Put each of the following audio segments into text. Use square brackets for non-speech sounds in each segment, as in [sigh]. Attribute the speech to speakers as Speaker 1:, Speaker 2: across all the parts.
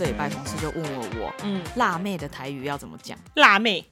Speaker 1: 就问我我
Speaker 2: 嗯，
Speaker 1: 辣妹的台语要怎么讲。
Speaker 2: 辣妹，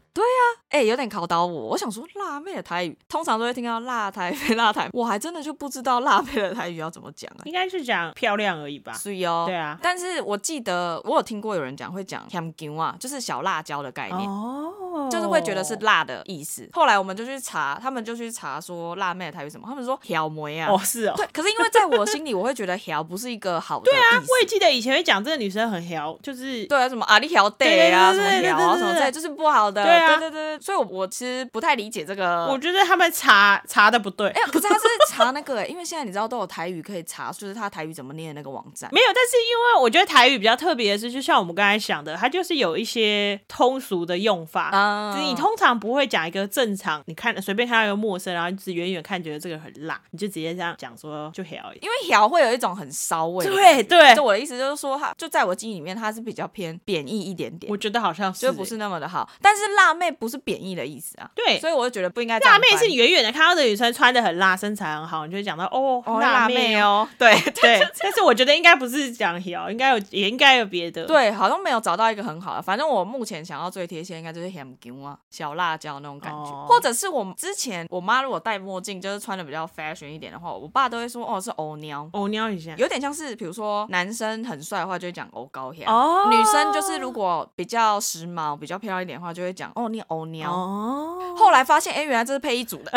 Speaker 1: 哎、有点考倒我。我想说，辣妹的台语通常都会听到辣台非 [laughs] 辣台，我还真的就不知道辣妹的台语要怎么讲哎、
Speaker 2: 应该是讲漂亮而已吧？
Speaker 1: 所以哦，
Speaker 2: 对啊
Speaker 1: 但是我记得我有听过有人讲会讲 h a m g i n 啊，就是小辣椒的概念。
Speaker 2: 哦
Speaker 1: 就是会觉得是辣的意思。后来我们就去查，他们就去查说辣妹的台语是什么，他们说挑梅啊。
Speaker 2: 哦，是哦。
Speaker 1: 对，可是因为在我心里，我会觉得挑不是一个好的
Speaker 2: [laughs] 对啊
Speaker 1: 意，思
Speaker 2: 我也记得以前会讲这个女生很撩，就是
Speaker 1: 对啊，什么阿里条 day 啊，什么
Speaker 2: 对对对对
Speaker 1: 条啊，
Speaker 2: 对对
Speaker 1: 什么之
Speaker 2: 对
Speaker 1: 类，就是不好的。
Speaker 2: 对啊
Speaker 1: 对对对，所以我我其实不太理解这个。
Speaker 2: 我觉得他们查查的不对，
Speaker 1: 哎、可是他是查那个、哎， [laughs] 因为现在你知道都有台语可以查，就是他台语怎么念的那个网站。
Speaker 2: 没有，但是因为我觉得台语比较特别的是，就像我们刚才想的，它就是有一些通俗的用法。
Speaker 1: 啊
Speaker 2: 就是你通常不会讲一个正常，你看随便看到一个陌生，然后只远远看觉得这个很辣，你就直接这样讲说就 hell
Speaker 1: 因为条会有一种很骚味。。
Speaker 2: 对对
Speaker 1: 就，我的意思就是说，它就在我记忆里面，它是比较偏贬义一点点
Speaker 2: 我，觉得好像是、
Speaker 1: 就不是那么的好。但是辣妹不是贬义的意思啊，
Speaker 2: 对。
Speaker 1: 所以我就觉得不应该这样
Speaker 2: 辣
Speaker 1: 翻。
Speaker 2: 妹是你远远的看到的女生穿的很辣，身材很好，你就会讲到哦，
Speaker 1: 哦
Speaker 2: 辣
Speaker 1: 辣妹哦，
Speaker 2: 哦，[laughs]
Speaker 1: 对
Speaker 2: 对。但是我觉得应该不是讲 hell，应该有也应该有别的。
Speaker 1: 对，好像没有找到一个很好的。反正我目前想要最贴切，应该就是 ham g 啊，小辣椒那种感觉，
Speaker 2: 哦
Speaker 1: 或者是我之前我妈如果戴墨镜，就是穿的比较 fashion 一点的话，我爸都会说哦是欧喵。
Speaker 2: 哦，尿一下。
Speaker 1: 有点像是，比如说男生很帅的话，就会讲欧高黑；
Speaker 2: 哦
Speaker 1: 女生就是如果比较时髦、比较漂亮一点的话，就会讲哦你欧喵。
Speaker 2: 哦，
Speaker 1: 后来发现，哎、原来这是配一组
Speaker 2: [laughs]
Speaker 1: 的，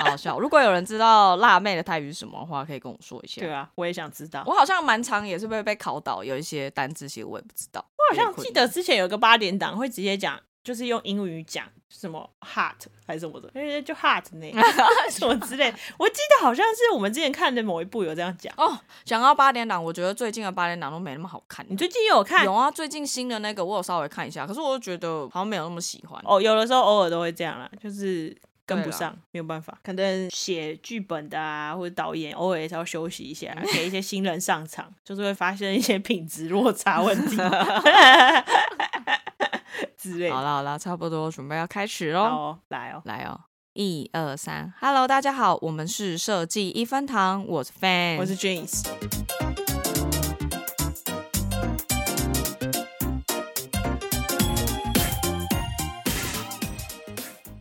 Speaker 1: 好好笑。如果有人知道辣妹的台语是什么的话，可以跟我说一下。
Speaker 2: 对啊，我也想知道。
Speaker 1: 我好像蛮常也是被被考倒，有一些单字其实我也不知道。
Speaker 2: 我
Speaker 1: 我
Speaker 2: 好像记得之前有个八点档会直接讲，就是用英语讲什么 heart 还是什么的，哎就 heart 呢， [laughs] 什么之类。我记得好像是我们之前看的某一部有这样讲。
Speaker 1: 哦，讲到八点档，我觉得最近的八点档都没那么好看。
Speaker 2: 你最近有看
Speaker 1: 有？啊，最近新的那个我有稍微看一下，可是我就觉得好像没有那么喜欢。
Speaker 2: 哦，有的时候偶尔都会这样啦，就是跟不
Speaker 1: 对啦
Speaker 2: 上，没有办法。可能写剧本的啊，或者导演偶尔也是要休息一下，给一些新人上场， [laughs] 就是会发生一些品质落差问 [laughs] 题之类
Speaker 1: 好
Speaker 2: 的。
Speaker 1: 啦好啦，差不多准备要开始
Speaker 2: 好
Speaker 1: 喽，
Speaker 2: 哦，来哦，
Speaker 1: 来哦。一二三，Hello，大家好，我们是设计一分堂，我是 Fan，
Speaker 2: 我是 James。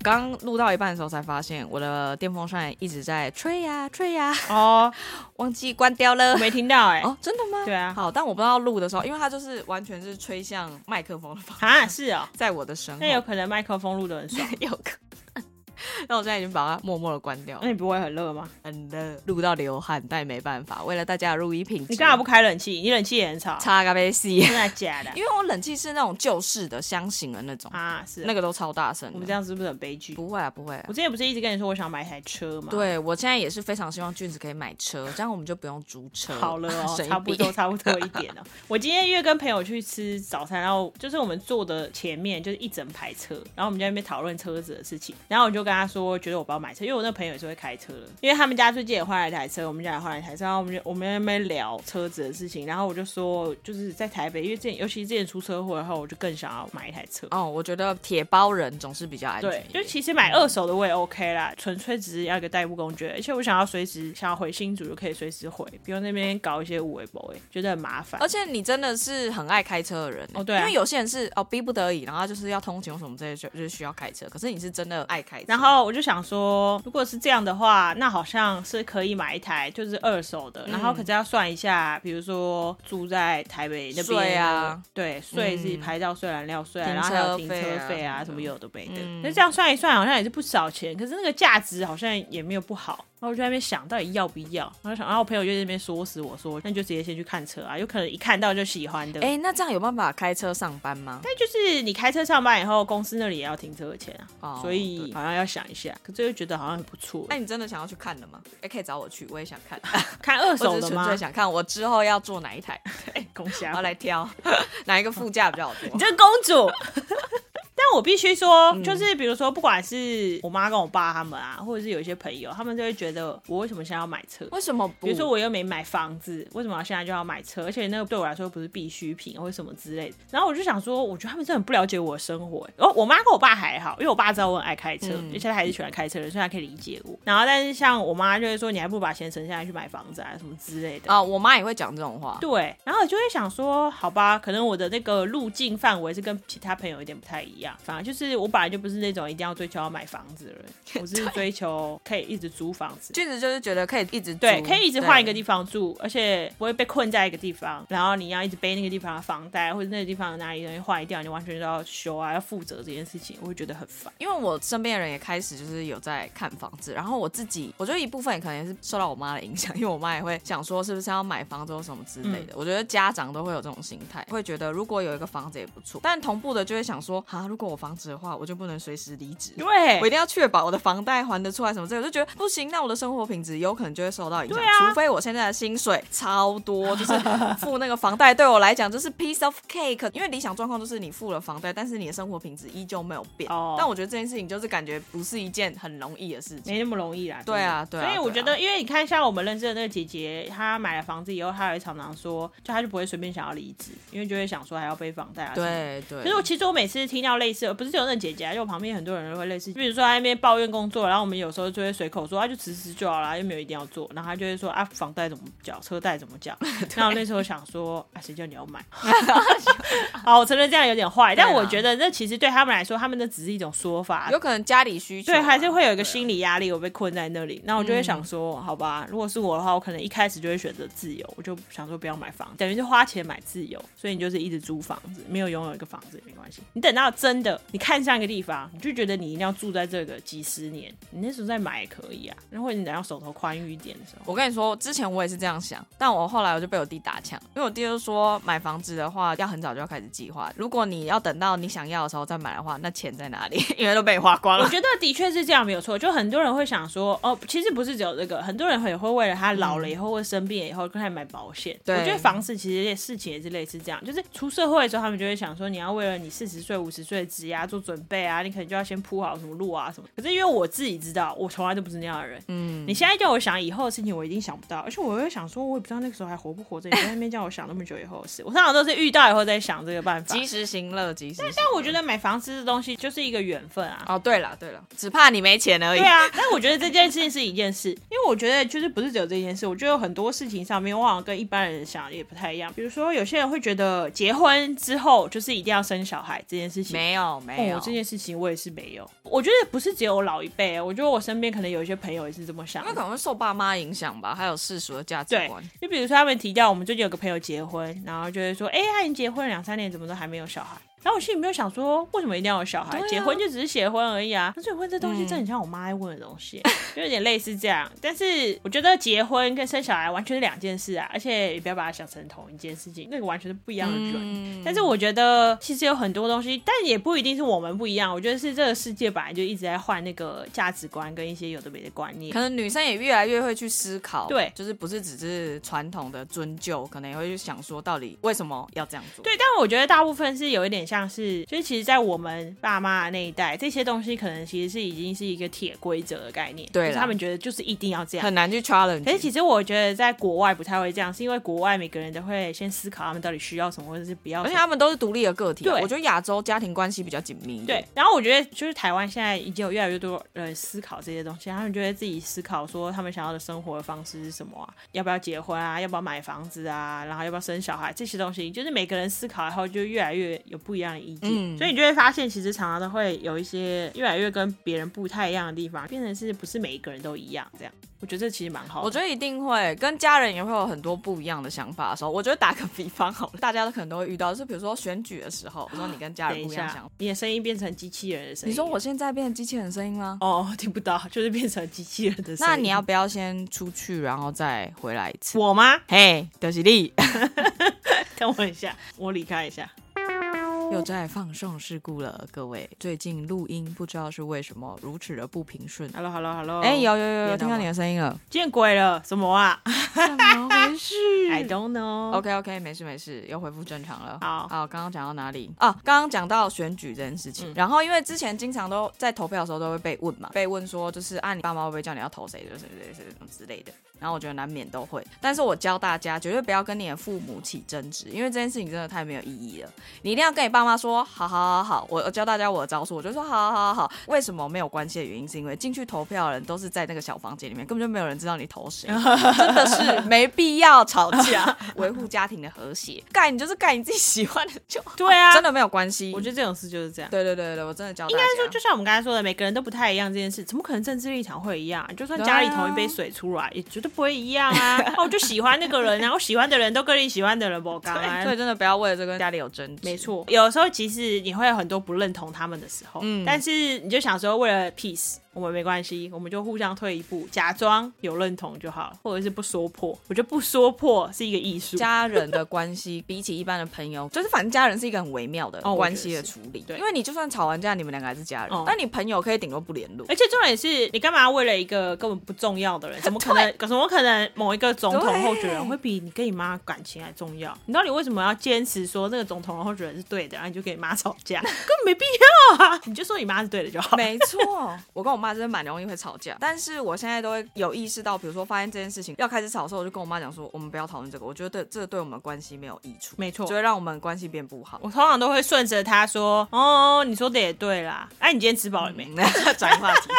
Speaker 1: 刚录到一半的时候才发现我的电风扇一直在吹呀、吹呀、
Speaker 2: [laughs] 哦，
Speaker 1: 忘记关掉了
Speaker 2: 我。没听到哎、
Speaker 1: 哦，真的吗？
Speaker 2: 对啊
Speaker 1: 好，但我不知道录的时候，因为它就是完全是吹向麦克风的方向，
Speaker 2: 啊，是哦，
Speaker 1: 在我的身后
Speaker 2: 那有可能麦克风录的很爽，
Speaker 1: 有可能。 [laughs] 那我现在已经把它默默的关掉
Speaker 2: [laughs] 那，你不会很热吗？
Speaker 1: 很热，录到流汗，但也没办法，为了大家的录音品质，
Speaker 2: 你干嘛不开冷气？你冷气也很吵，
Speaker 1: 插个杯
Speaker 2: [laughs]
Speaker 1: 戏？
Speaker 2: 真的假的？
Speaker 1: 因为我冷气是那种旧式的箱型的那种，
Speaker 2: 啊，是哦
Speaker 1: 那个都超大声
Speaker 2: 我们
Speaker 1: 的。
Speaker 2: 这样是不是很悲剧？
Speaker 1: 不会啊，不会啊
Speaker 2: 我。之前不是一直跟你说我想买一台车吗？，
Speaker 1: 对我现在也是非常希望俊子可以买车，这样我们就不用租车。
Speaker 2: 好了哦，
Speaker 1: 省一
Speaker 2: 差不
Speaker 1: 笔
Speaker 2: 多差不多一点了。我今天因为跟朋友去吃早餐，然后就是我们坐的前面就是一整排车，然后我们在那边讨论车子的事情，然后我就跟他说，觉得我不要买车，因为我那朋友也是会开车的，因为他们家最近也换了一台车，我们家也换了一台车，然后我们就我们在那边聊车子的事情，然后我就说，就是在台北，因为之前尤其是之前出车祸然后，我就更想要买一台车。
Speaker 1: [laughs] 哦，我觉得铁包人总是比较安全
Speaker 2: 对
Speaker 1: 一，点。
Speaker 2: 就其实买二手的我也 OK 啦，纯粹只是要一个代步工具，而且我想要随时想要回新竹就可以随时回，不用那边搞一些五维博哎，觉得很麻烦
Speaker 1: 而。且你真的是很爱开车的人欸、
Speaker 2: 哦对啊
Speaker 1: 因为有些人是哦逼不得已，然后就是要通勤或什么这些，就就是需要开车。可是你是真的爱开车，
Speaker 2: 然后我就想说，如果是这样的话，那好像是可以买一台就是二手的，然
Speaker 1: 嗯
Speaker 2: 后可是要算一下，比如说住在台北那边
Speaker 1: 税啊，
Speaker 2: 对，税是
Speaker 1: 嗯
Speaker 2: 牌照税、燃料税啊，
Speaker 1: 停
Speaker 2: 然后还有
Speaker 1: 车
Speaker 2: 停车
Speaker 1: 费啊
Speaker 2: 费
Speaker 1: 什么
Speaker 2: 啊，
Speaker 1: 的
Speaker 2: 什么有的没的。
Speaker 1: 嗯
Speaker 2: 那、这样算一算，好像也是不少钱，可是那个价值好像也没有不好。然后我就在那边想到底要不要，然后想，然后我朋友就在那边说死我说，那你就直接先去看车啊，有可能一看到就喜欢的。
Speaker 1: 哎、那这样有办法开车上班吗？
Speaker 2: 那就是你开车上班以后，公司那里也要停车的钱啊，
Speaker 1: 哦哎
Speaker 2: 所以好像要想一下。可是又觉得好像很不错
Speaker 1: 那、，你真的想要去看的吗？哎、可以找我去，我也想
Speaker 2: [laughs]
Speaker 1: 看， [laughs]
Speaker 2: 看二
Speaker 1: 我只
Speaker 2: 手的
Speaker 1: 是纯
Speaker 2: 吗
Speaker 1: 粹？想看我之后要坐哪一
Speaker 2: [laughs]
Speaker 1: 台，
Speaker 2: 哎，公
Speaker 1: 然后 [laughs]
Speaker 2: 虾，
Speaker 1: 来挑哪一个副驾比较好
Speaker 2: 你
Speaker 1: [laughs] 坐。
Speaker 2: 这个公主。但我必须说，
Speaker 1: 嗯
Speaker 2: 就是比如说，不管是我妈跟我爸他们啊，或者是有一些朋友，他们就会觉得我为什么现在要买车？
Speaker 1: 为什么不？
Speaker 2: 比如说我又没买房子，为什么现在就要买车？而且那个对我来说不是必需品或者什么之类的。然后我就想说，我觉得他们真的很不了解我的生活、欸。哦，我妈跟我爸还好，因为我爸知道我很爱开车，
Speaker 1: 嗯
Speaker 2: 而且他还是喜欢开车的，所以他可以理解我。然后但是像我妈就会说，你还不如把钱省下来去买房子啊什么之类的。
Speaker 1: 啊，我妈也会讲这种话。
Speaker 2: 对，然后我就会想说，好吧，可能我的那个路径范围是跟其他朋友有点不太一样。反正就是我本来就不是那种一定要追求要买房子的人，
Speaker 1: [laughs]
Speaker 2: 我是追求可以一直租房子。
Speaker 1: 句子就是觉得可以一直
Speaker 2: 对，
Speaker 1: 租
Speaker 2: 可以一直换一个
Speaker 1: 对
Speaker 2: 地方住，而且不会被困在一个地方。然后你要一直背那个地方的房贷，或者那个地方的哪里东西坏掉，你完全都要修啊，要负责这件事情，我会觉得很烦。
Speaker 1: 因为我身边的人也开始就是有在看房子，然后我自己，我觉得一部分也可能也是受到我妈的影响，因为我妈也会想说是不是要买房子或什么之类的。我觉得家长都会有这种心态，会觉得如果有一个房子也不错，但同步的就会想说，啊，如果我房子的话，我就不能随时离职。
Speaker 2: 对
Speaker 1: 我一定要确保我的房贷还得出来什么之类的，我就觉得不行，那我的生活品质有可能就会受到影响。
Speaker 2: 对啊
Speaker 1: 除非我现在的薪水超多，就是付那个房贷对我来讲就是 piece of cake。因为理想状况就是你付了房贷，但是你的生活品质依旧没有变。
Speaker 2: 哦
Speaker 1: 但我觉得这件事情就是感觉不是一件很容易的事情。
Speaker 2: 没那么容易啦。
Speaker 1: 对啊
Speaker 2: 真
Speaker 1: 对
Speaker 2: 的
Speaker 1: 啊
Speaker 2: 所以我
Speaker 1: 对
Speaker 2: 觉
Speaker 1: 啊
Speaker 2: 得，因为你看，像我们认识的那个姐姐，她买了房子以后，她也常常说，就她就不会随便想要离职，因为就会想说还要背房贷啊。。
Speaker 1: 对
Speaker 2: 可
Speaker 1: 对
Speaker 2: 是我其实我每次听到类似的，不是只有那姐姐啊，就我旁边很多人都会类似，比如说在那边抱怨工作，然后我们有时候就会随口说啊，就辞职就好啦，又没有一定要做，然后她就会说啊，房贷怎么缴，车贷怎么
Speaker 1: [laughs]
Speaker 2: 缴。然后我那时候想说啊，谁叫你要买？ [laughs] 好，我承认这样有点坏，但
Speaker 1: 对啊
Speaker 2: 我觉得那其实对他们来说，他们那只是一种说法，
Speaker 1: 有可能家里需求啊、
Speaker 2: 对，还是会有一个
Speaker 1: 对啊嗯
Speaker 2: 心理压力，我被困在那里。那我就会想说，好吧，如果是我的话，我可能一开始就会选择自由，我就想说不要买房，等于是花钱买自由。所以你就是一直租房子，没有拥有一个房子也没关系。你等到真的你看上一个地方，你就觉得你一定要住在这个几十年，你那时候再买也可以啊。然后你等到手头宽裕一点的时候，
Speaker 1: 我跟你说，之前我也是这样想，但我后来我就被我弟打枪，因为我弟就说买房子的话要很早就要开始计划，如果你要等到你想要的时候再买的话，那钱在哪里？ [laughs] 因为都被你花光
Speaker 2: 我
Speaker 1: 了。
Speaker 2: 觉得的确是这样，没有错。就很多人会想说，哦，其实不是只有这个，很多人也会为了他老了以后、或生病了以后，跟他买保险。
Speaker 1: 对
Speaker 2: 我觉得房子其实也事情也是类似这样，就是出社会的时候，他们就会想说，你要为了你四十岁、五十岁的职涯做准备啊，你可能就要先铺好什么路啊什么。可是因为我自己知道，我从来都不是那样的人。嗯，你现在叫我想以后的事情，我一定想不到，而且我又想说，我也不知道那个时候还活不活着。你在那边叫我想那么久以后的事，我通常都是遇到以后再想这个办法。
Speaker 1: [laughs] 及时行乐，及时行乐。
Speaker 2: 但我觉得买房子这东西就是一个缘分啊，
Speaker 1: 哦，对了对了，只怕你没钱而已。
Speaker 2: 对 [laughs] 啊，但我觉得这件事情是一件事，因为我觉得就是不是只有这件事，我觉得有很多事情上面，我好像跟一般人想的也不太一样。比如说，有些人会觉得结婚之后就是一定要生小孩这件事情。
Speaker 1: 没有没有，
Speaker 2: 哦，这件事情我也是没有。我觉得不是只有老一辈，我觉得我身边可能有一些朋友也是这么想
Speaker 1: 因为可。
Speaker 2: 的
Speaker 1: 能会受爸妈影响吧，还有世俗的价值
Speaker 2: 对
Speaker 1: 观。，
Speaker 2: 就比如说他们提到我们最近有个朋友结婚，然后就会说，哎、他已经结婚两三年，怎么都还没有小孩？然后我心里没有想说，为什么一定要有小孩？
Speaker 1: 对啊
Speaker 2: 结婚就只是结婚而已啊！但是结婚这东西真的很像我妈爱问的东西，就有点类似这样。但是我觉得结婚跟生小孩完全是两件事啊，而且也不要把它想成同一件事情，那个完全是不一样的人。但是我觉得其实有很多东西，但也不一定是我们不一样。我觉得是这个世界本来就一直在换那个价值观跟一些有的没的观念
Speaker 1: 可。能女生也越来越会去思考，
Speaker 2: 对
Speaker 1: 就是不是只是传统的尊旧，可能也会去想说到底为什么要这样做。
Speaker 2: 对，但我觉得大部分是有一点像是，就是其实，在我们爸妈那一代，这些东西可能其实是已经是一个铁规则的概念，
Speaker 1: 对啦
Speaker 2: 就是他们觉得就是一定要这样。
Speaker 1: 啊很难去 challenge。
Speaker 2: 可是其实我觉得在国外不太会这样，是因为国外每个人都会先思考他们到底需要什么，或者是不要
Speaker 1: 而
Speaker 2: 什
Speaker 1: 且
Speaker 2: 么。
Speaker 1: 他们都是独立的个体。啊
Speaker 2: 对
Speaker 1: 我觉得亚洲家庭关系比较紧密。
Speaker 2: 对，，然后我觉得就是台湾现在已经有越来越多人思考这些东西，他们就会自己思考说他们想要的生活的方式是什么啊，要不要结婚啊，要不要买房子啊，然后要不要生小孩这些东西，就是每个人思考以后就越来越有不一样的意见，
Speaker 1: 嗯
Speaker 2: 所以你就会发现其实常常都会有一些越来越跟别人不太一样的地方，变成是不是每一个人都一样这样，我觉得这其实蛮好的。
Speaker 1: 我觉得一定会跟家人也会有很多不一样的想法的时候。我觉得打个比方好了， [laughs] 大家都可能都会遇到，就是比如说选举的时候，比如说你跟家
Speaker 2: 啊等
Speaker 1: 人
Speaker 2: 一
Speaker 1: 不一样的想
Speaker 2: 下
Speaker 1: 法。，
Speaker 2: 你的声音变成机器人的声音。
Speaker 1: 你说我现在变成机器人声音吗？
Speaker 2: 哦，听不到，就是变成机器人的声音。
Speaker 1: [laughs] 那你要不要先出去，然后再回来一次？
Speaker 2: 我吗？ [laughs]
Speaker 1: 嘿，德西利，
Speaker 2: 等我一下，我离开一下。
Speaker 1: 又在放送事故了，各位。最近录音不知道是为什么如此的不平顺。
Speaker 2: Hello Hello Hello，
Speaker 1: 哎、有有有有，
Speaker 2: 听到
Speaker 1: 听到你的声音了，
Speaker 2: 见鬼了，什么啊
Speaker 1: 怎么回事
Speaker 2: ？I don't know。
Speaker 1: OK OK，没事没事，又恢复正常了。
Speaker 2: 哦好
Speaker 1: 好，刚刚讲到哪里？哦，刚刚讲到选举这件事情。然后因为之前经常都在投票的时候都会被问嘛，被问说就是啊，你爸妈会不会叫你要投谁，就是谁谁谁之类的。然后我觉得难免都会，但是我教大家绝对不要跟你的父母起争执，因为这件事情真的太没有意义了。你一定要跟你爸妈说，好好好好，我我教大家我的招数，我就说好好好好。为什么没有关系的原因，是因为进去投票的人都是在那个小房间里面，根本就没有人知道你投谁，真的是没必要吵
Speaker 2: [laughs]
Speaker 1: 架，维护家庭的和谐。盖你就是盖你自己喜欢的就
Speaker 2: [laughs]
Speaker 1: 好，
Speaker 2: 对啊，
Speaker 1: 哦真的没有关系。
Speaker 2: 我觉得这种事就是这样。
Speaker 1: 对对对对，我真的教大
Speaker 2: 应
Speaker 1: 家
Speaker 2: 该说，就像我们刚才说的，每个人都不太一样这件事，怎么可能政治立场会一样？就算家里
Speaker 1: 对啊
Speaker 2: 同一杯水出来，也绝对不会一样啊！
Speaker 1: [laughs]
Speaker 2: 哦，我就喜欢那个人，然后喜欢的人都跟你喜欢的人不刚啊，
Speaker 1: 所以真的不要为了这跟家里有争执。
Speaker 2: 没，错，有时候其实你会有很多不认同他们的时候，
Speaker 1: 嗯
Speaker 2: 但是你就想说，为了 peace，我们没关系，我们就互相退一步，假装有认同就好了，或者是不说破。我觉得不说破是一个艺术。
Speaker 1: 家人的关系比起一般的朋友， [laughs] 就是反正家人是一个很微妙的
Speaker 2: 哦我觉得
Speaker 1: 关系的
Speaker 2: 是
Speaker 1: 处理。
Speaker 2: 对
Speaker 1: 因为你就算吵完架，你们两个还是家人，
Speaker 2: 哦
Speaker 1: 但你朋友可以顶多不联络。
Speaker 2: 而且重点是你干嘛为了一个根本不重要的人，怎么可能？怎么可能某一个总统候选人会比你跟你妈感情还重要？ [laughs] 你到底为什么要坚持说那个总统候选人是对的，然后你就跟你妈吵 [laughs] 架，根本没必要啊！ [laughs] 你就说你妈是对的就好了。
Speaker 1: 没错，我跟我妈真的蛮容易会吵架，但是我现在都会有意识到，比如说发现这件事情要开始吵的时候，我就跟我妈讲说，我们不要讨论这个，我觉得对这个对我们关系没有益处，
Speaker 2: 没错
Speaker 1: 就会让我们关系变不好。
Speaker 2: 我通常都会顺着他说：“哦，你说的也对啦。哎、你今天吃饱了没？ [laughs]
Speaker 1: 转移话题，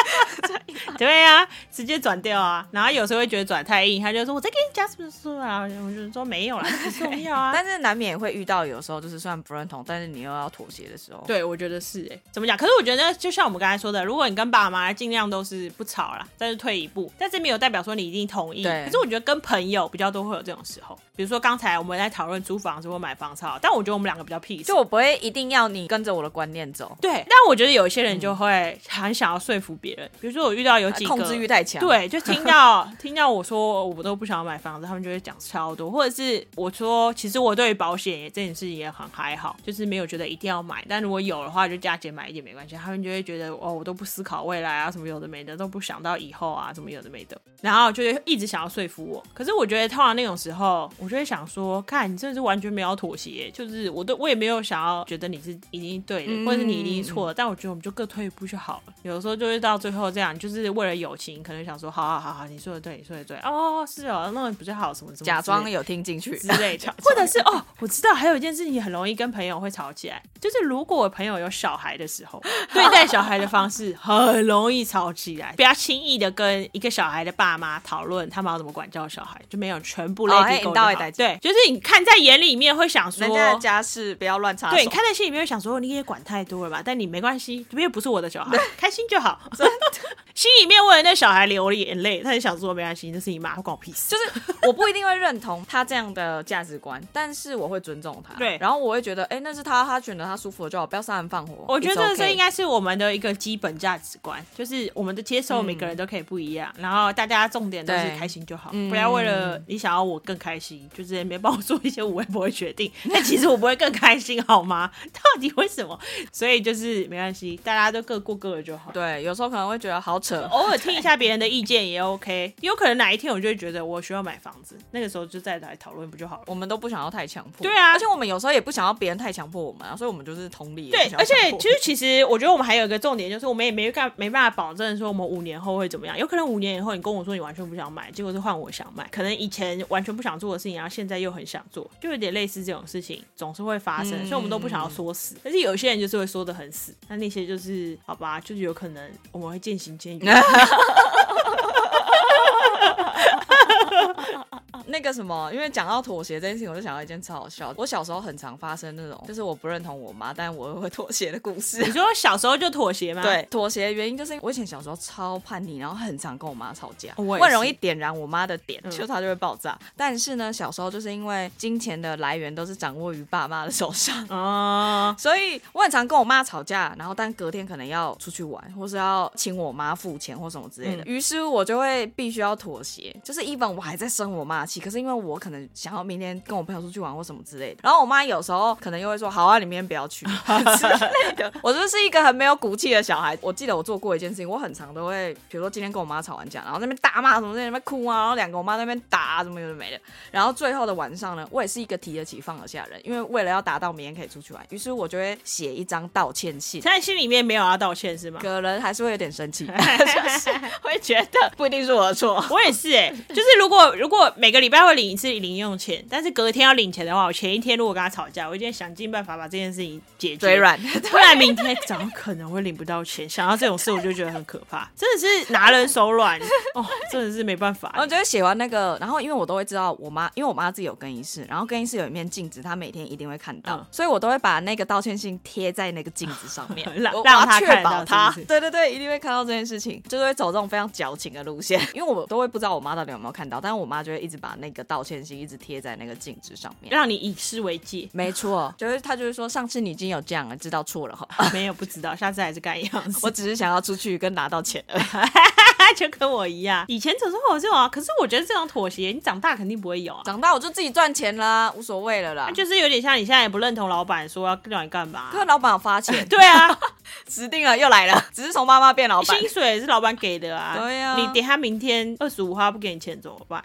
Speaker 2: 对呀、啊，直接转掉啊。然后有时候会觉得转太硬，他就说：“我在跟你讲什么事啊？”我就说：“没有啦，这不重要 [laughs] 啊。”
Speaker 1: 但是难免会遇到有时候就是虽然不认同，但是你又要妥协的时候。
Speaker 2: 对，我觉得是哎、怎么讲？可是我觉得就像我们刚才说的，如果你跟爸妈尽量都是不吵啦，但是退一步，但是没有代表说你一定同意。
Speaker 1: 对
Speaker 2: 可是我觉得跟朋友比较多会有这种时候，比如说刚才我们在讨论租房子或买房超，但我觉得我们两个比较 peace。
Speaker 1: 就我不会一定要你跟着我的观念走，
Speaker 2: 对，但我觉得有一些
Speaker 1: 嗯
Speaker 2: 人就会很想要说服别人，比如说我遇到有几个
Speaker 1: 啊控制欲太强。，
Speaker 2: 对，就听到听到我说我都不想买房子，他们就会讲超多，或者是我说其实我对于保险也这件事情也很还好，就是没有觉得一定要买，但如果有的话就加减买一点没关系。他们就会觉得哦，我都不思考未来啊，什么有的没的，都不想到以后啊，什么有的没的，然后就会一直想要说服我。可是我觉得通常那种时候，我就会想说，看你真的是完全没有妥协，就是我都我也没有想要觉得你是一定对的，或者是你一定是错的，但我觉得我们就各退一步就好了。有时候就是到最后这样，就是为了友情，可能想说，好好好好，你说的对，你说的对，哦，是哦，那比较好，什么什么之类的，
Speaker 1: 假装有听进去
Speaker 2: 之类的，或者是哦，我知道还有一件事情很容易跟朋友会吵起来，就是如果我朋友有小孩的时候，对待小孩的方式很容易吵起来。不要轻易的跟一个小孩的爸妈讨论他们要怎么管教小孩，就没有全部
Speaker 1: 哦
Speaker 2: let
Speaker 1: 嘿
Speaker 2: it go
Speaker 1: 你
Speaker 2: 就
Speaker 1: 到
Speaker 2: 好、
Speaker 1: 位代志
Speaker 2: 对，就是你看在眼里面会想说
Speaker 1: 人。家的家事不要乱插手。
Speaker 2: 对，你看在心里面会想说你也管太多了吧，但你没关系，因为不是我的小孩，开心就
Speaker 1: [laughs]
Speaker 2: 好。 [laughs] 心里面为了那小孩流眼泪，他就想说没关系，那是你妈，关我屁
Speaker 1: [laughs]
Speaker 2: 事。
Speaker 1: 就是我不一定会认同他这样的价值观，但是我会尊重他。
Speaker 2: 对
Speaker 1: 然后我会觉得，哎、那是他，他选择他舒服的就好，不要杀人放火。
Speaker 2: 我觉
Speaker 1: It's
Speaker 2: 得
Speaker 1: okay
Speaker 2: 这应该是我们的一个基本价值观，就是我们的接受每个人都可以不一样，然后大家重点都是
Speaker 1: 嗯对嗯
Speaker 2: 开心就好，不要为了你想要我更开心，就是没帮我做一些无微不会决定， [laughs] 但其实我不会更开心，好吗？ [laughs] 到底为什么？所以就是没关系，大家都各过各的就好。
Speaker 1: 对，有时候可能会觉得好扯。
Speaker 2: 偶尔听一下别人的意见也 OK，有可能哪一天我就会觉得我需要买房子，那个时候就再来讨论不就好了？
Speaker 1: 我们都不想要太强迫，
Speaker 2: 对啊
Speaker 1: 而且我们有时候也不想要别人太强迫我们啊，所以我们就是同理。
Speaker 2: 对
Speaker 1: 不，想
Speaker 2: 而
Speaker 1: 要
Speaker 2: 且
Speaker 1: 强迫
Speaker 2: 其实其实我觉得我们还有一个重点，就是我们也没干没办法保证说我们五年后会怎么样，有可能五年以后你跟我说你完全不想买，结果是换我想买，可能以前完全不想做的事情，然后啊现在又很想做，就有点类似这种事情总是会发生，所以我们都不想要说死，但是有些人就是会说的很死，那那些就是好吧，就是有可能我们会渐行渐 [laughs] 远。
Speaker 1: 那个什么，因为讲到妥协这件事情，我就想到一件超好笑的。我小时候很常发生那种，就是我不认同我妈，但我会妥协的故事。
Speaker 2: 你说小时候就妥协吗？
Speaker 1: 对，，妥协的原因就是我以前小时候超叛逆，然后很常跟我妈吵架，
Speaker 2: 我也是嗯
Speaker 1: 很容易点燃我妈的点，就她就会爆炸。但是呢，小时候就是因为金钱的来源都是掌握于爸妈的手上。 [laughs]
Speaker 2: 哦，
Speaker 1: 所以我很常跟我妈吵架，然后但隔天可能要出去玩，或是要请
Speaker 2: 嗯
Speaker 1: 我妈付钱或什么之类的，于、是我就会必须要妥协，就是 even 我还在生我妈的气，可是因为我可能想要明天跟我朋友出去玩或什么之类的，然后我妈有时候可能又会说，好啊，你明天不要去 [laughs] 之类的。 [laughs] 我就是一个很没有骨气的小孩。我记得我做过一件事情，我很常都会，比如说今天跟我妈吵完架，然后在那边大骂什么，在那边哭啊，然后两个我妈在那边打、啊、什么有的没的。然后最后的晚上呢，我也是一个提得起放得下的人，因为为了要达到明天可以出去玩，于是我就会写一张道歉
Speaker 2: [laughs]
Speaker 1: 信。
Speaker 2: 现在心里面没有要道歉是吗？
Speaker 1: 可能还是会有点生气，就是会觉得不一定是我的错。
Speaker 2: 我也是
Speaker 1: [laughs]
Speaker 2: 哎、就是如果如果每个礼拜会领一次零用钱，但是隔天要领钱的话，我前一天如果跟他吵架，我一定想尽办法把这件事情解
Speaker 1: 嘴
Speaker 2: 决。 [laughs]
Speaker 1: 软，
Speaker 2: 不然明天早上可能会领不到钱。想到这种事，我就觉得很可
Speaker 1: [laughs]
Speaker 2: 怕，真的是拿人手软哦，真的是没办法
Speaker 1: 然后。就会写完那个，然后因为我都会知道我妈，因为我妈自己有更衣室，然后更衣室有一面镜子，她每天一定会看到，
Speaker 2: 嗯
Speaker 1: 所以我都会把那个道歉信贴在那个镜子上面
Speaker 2: [laughs] ，让
Speaker 1: 我我要
Speaker 2: 让她看
Speaker 1: 确
Speaker 2: 得到
Speaker 1: 保她
Speaker 2: 是不是
Speaker 1: 对对对，一定会看到这件事情，就是会走这种非常矫情的路线，因为我都会不知道我妈到底有没有看到，但是我妈就会一直把那个道歉信一直贴在那个镜子上
Speaker 2: [laughs]
Speaker 1: 面。
Speaker 2: 让你以示为
Speaker 1: [laughs]
Speaker 2: 戒，
Speaker 1: 没错，就是她就是说，上次你已经有这样了，知道错了哈，
Speaker 2: 没有不知道，下次还是干一样子。
Speaker 1: 我只是想要出去跟拿到钱而已。
Speaker 2: 就跟我一样，以前总是会有这种啊，可是我觉得这种妥协，你长大肯定不会有啊。
Speaker 1: 长大我就自己赚钱啦，无所谓了啦。
Speaker 2: 就是有点像你现在也不认同老板说要让你干嘛，
Speaker 1: 可，是老板有发钱
Speaker 2: [laughs] 对啊，
Speaker 1: 指定了又来 [laughs] 了，只是从妈妈变老 [laughs] 板。
Speaker 2: [laughs] 薪水也是老板给的啊。
Speaker 1: 对啊
Speaker 2: 你等一下明天二十五号不给你钱怎么
Speaker 1: [laughs]
Speaker 2: 办？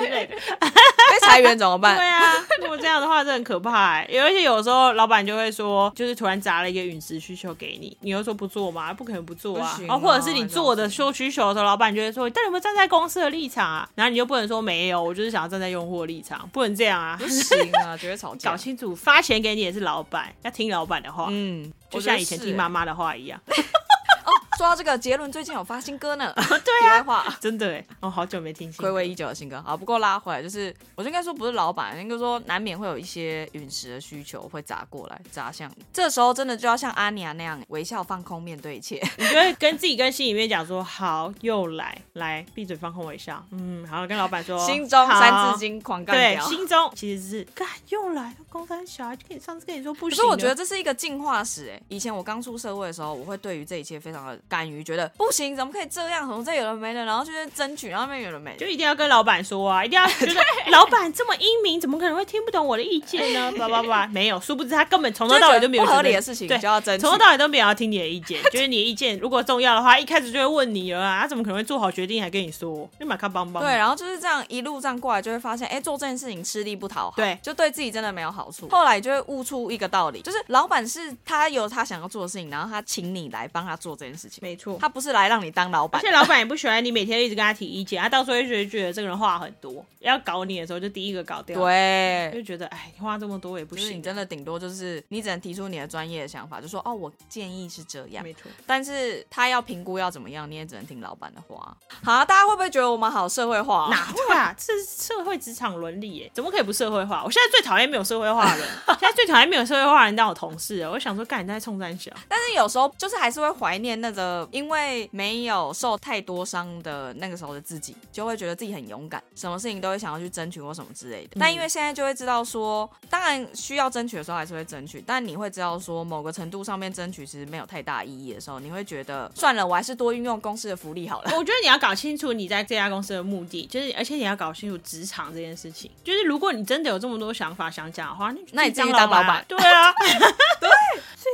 Speaker 2: 之类的。
Speaker 1: 被裁员怎么
Speaker 2: 对
Speaker 1: 办？
Speaker 2: 啊，如果这样的话，这很可怕、欸。 [laughs] 而且有时候老板就会说，就是突然砸了一个陨石需求给你，你又说不做嘛，不可能不做啊
Speaker 1: 不。行
Speaker 2: 哦，
Speaker 1: 啊
Speaker 2: 或者是你做的说需求的时候，老板就会说，但有没有站在公司的立场啊？然后你就不能说没有，我就是想要站在用户的立场，不能这样啊。
Speaker 1: 不行啊，绝对吵
Speaker 2: 搞
Speaker 1: 架。
Speaker 2: 清楚，发钱给你也是老板，要听老板的话，
Speaker 1: 嗯，
Speaker 2: 就
Speaker 1: 我觉得
Speaker 2: 像以前
Speaker 1: 是
Speaker 2: 听妈妈的话一样。
Speaker 1: 哦。说到这个，杰伦最近有发新歌呢。 [laughs] 对啊，话。
Speaker 2: 真的哎，哦，好久没听新
Speaker 1: 暌
Speaker 2: 歌。
Speaker 1: 违已久的新歌，好，不过拉回来，就是我就应该说不是老板，应该说难免会有一些陨石的需求会砸过来，砸向你。这时候真的就要像阿尼亚那样微笑放空面对一切。
Speaker 2: 你就会跟自己跟心里面讲说，好，又来，来，闭嘴，放空我一下。嗯，好，跟老板说，
Speaker 1: 心中
Speaker 2: 好
Speaker 1: 三字经狂干
Speaker 2: 对，
Speaker 1: 掉。
Speaker 2: 心中其实是干又来公三小孩，就跟你上次跟你说不
Speaker 1: 可
Speaker 2: 行
Speaker 1: 是
Speaker 2: 了。
Speaker 1: 我觉得这是一个进化史、欸，以前我刚出社会的时候，我会对于这一切非常的敢于觉得不行，怎么可以这样？怎么这有人没了，然后就是争取，然后那边有人没
Speaker 2: 就
Speaker 1: 了。
Speaker 2: 一定要跟老板说啊，一
Speaker 1: [laughs]
Speaker 2: 定要觉得老板这么英明，怎么可能会听不懂我的意见呢？叭叭叭，没有，殊不知他根本从头到尾都没有
Speaker 1: 就觉得不合
Speaker 2: 觉得
Speaker 1: 理的事情
Speaker 2: 对，
Speaker 1: 就要争取
Speaker 2: 从头到尾都没有要听你的意见，觉得你的意见如果重要的话，一开始就会问你了啊，他怎么可能会做好决定还跟你说？你马卡邦邦。
Speaker 1: 对，然后就是这样一路这样过来，就会发现，哎、做这件事情吃力不讨好，
Speaker 2: 对
Speaker 1: 就对自己真的没有好处。后来就会悟出一个道理，就是老板是他有他想要做的事情，然后他请你来帮他做这件事情，
Speaker 2: 没错。
Speaker 1: 他不是来让你当老
Speaker 2: 而
Speaker 1: 板。
Speaker 2: 且老板也不喜欢你每天一直跟他提意见，他啊到时候就觉得觉得这个人话很多，要搞你的时候就第一个搞掉，，
Speaker 1: 对，
Speaker 2: 就觉得哎话这么多也不
Speaker 1: 就是你
Speaker 2: 行，
Speaker 1: 真的顶多就是你只能提出你的专业的想法，就说哦，我建议是这样。
Speaker 2: 啊没错。
Speaker 1: 但是他要评估要怎么样，你也只能听老板的话。好、啊，大家会不会觉得我们好社会化、
Speaker 2: 哪会啊？这是社会职场伦理耶，怎么可以不社会化？我现在最讨厌没有社会化的人， [laughs] 现在最讨厌没有社会化的人当我同事了。我想说，干你在冲三小，
Speaker 1: 但是有时候就是还是会怀念那个，因为没有受太多伤的那个时候的自己，就会觉得自己很勇敢，什么事情都会想要去争取或什么之类的。
Speaker 2: 嗯
Speaker 1: 但因为现在就会知道说，当然需要争取的时候还是会争取，但你会知道说，某个程度上面争取其实没有太大意义的时候，你会觉得算了，我还是多运用公司的福利
Speaker 2: [laughs]
Speaker 1: 好了。
Speaker 2: 我觉得你要搞清楚你在这家公司的目的，就是而且你要搞清楚职场这件事情。就是如果你真的有这么多想法想讲的话，
Speaker 1: 那你
Speaker 2: 自己
Speaker 1: 自己当
Speaker 2: 老
Speaker 1: 老板
Speaker 2: 啊
Speaker 1: [laughs]
Speaker 2: 对啊，对，自己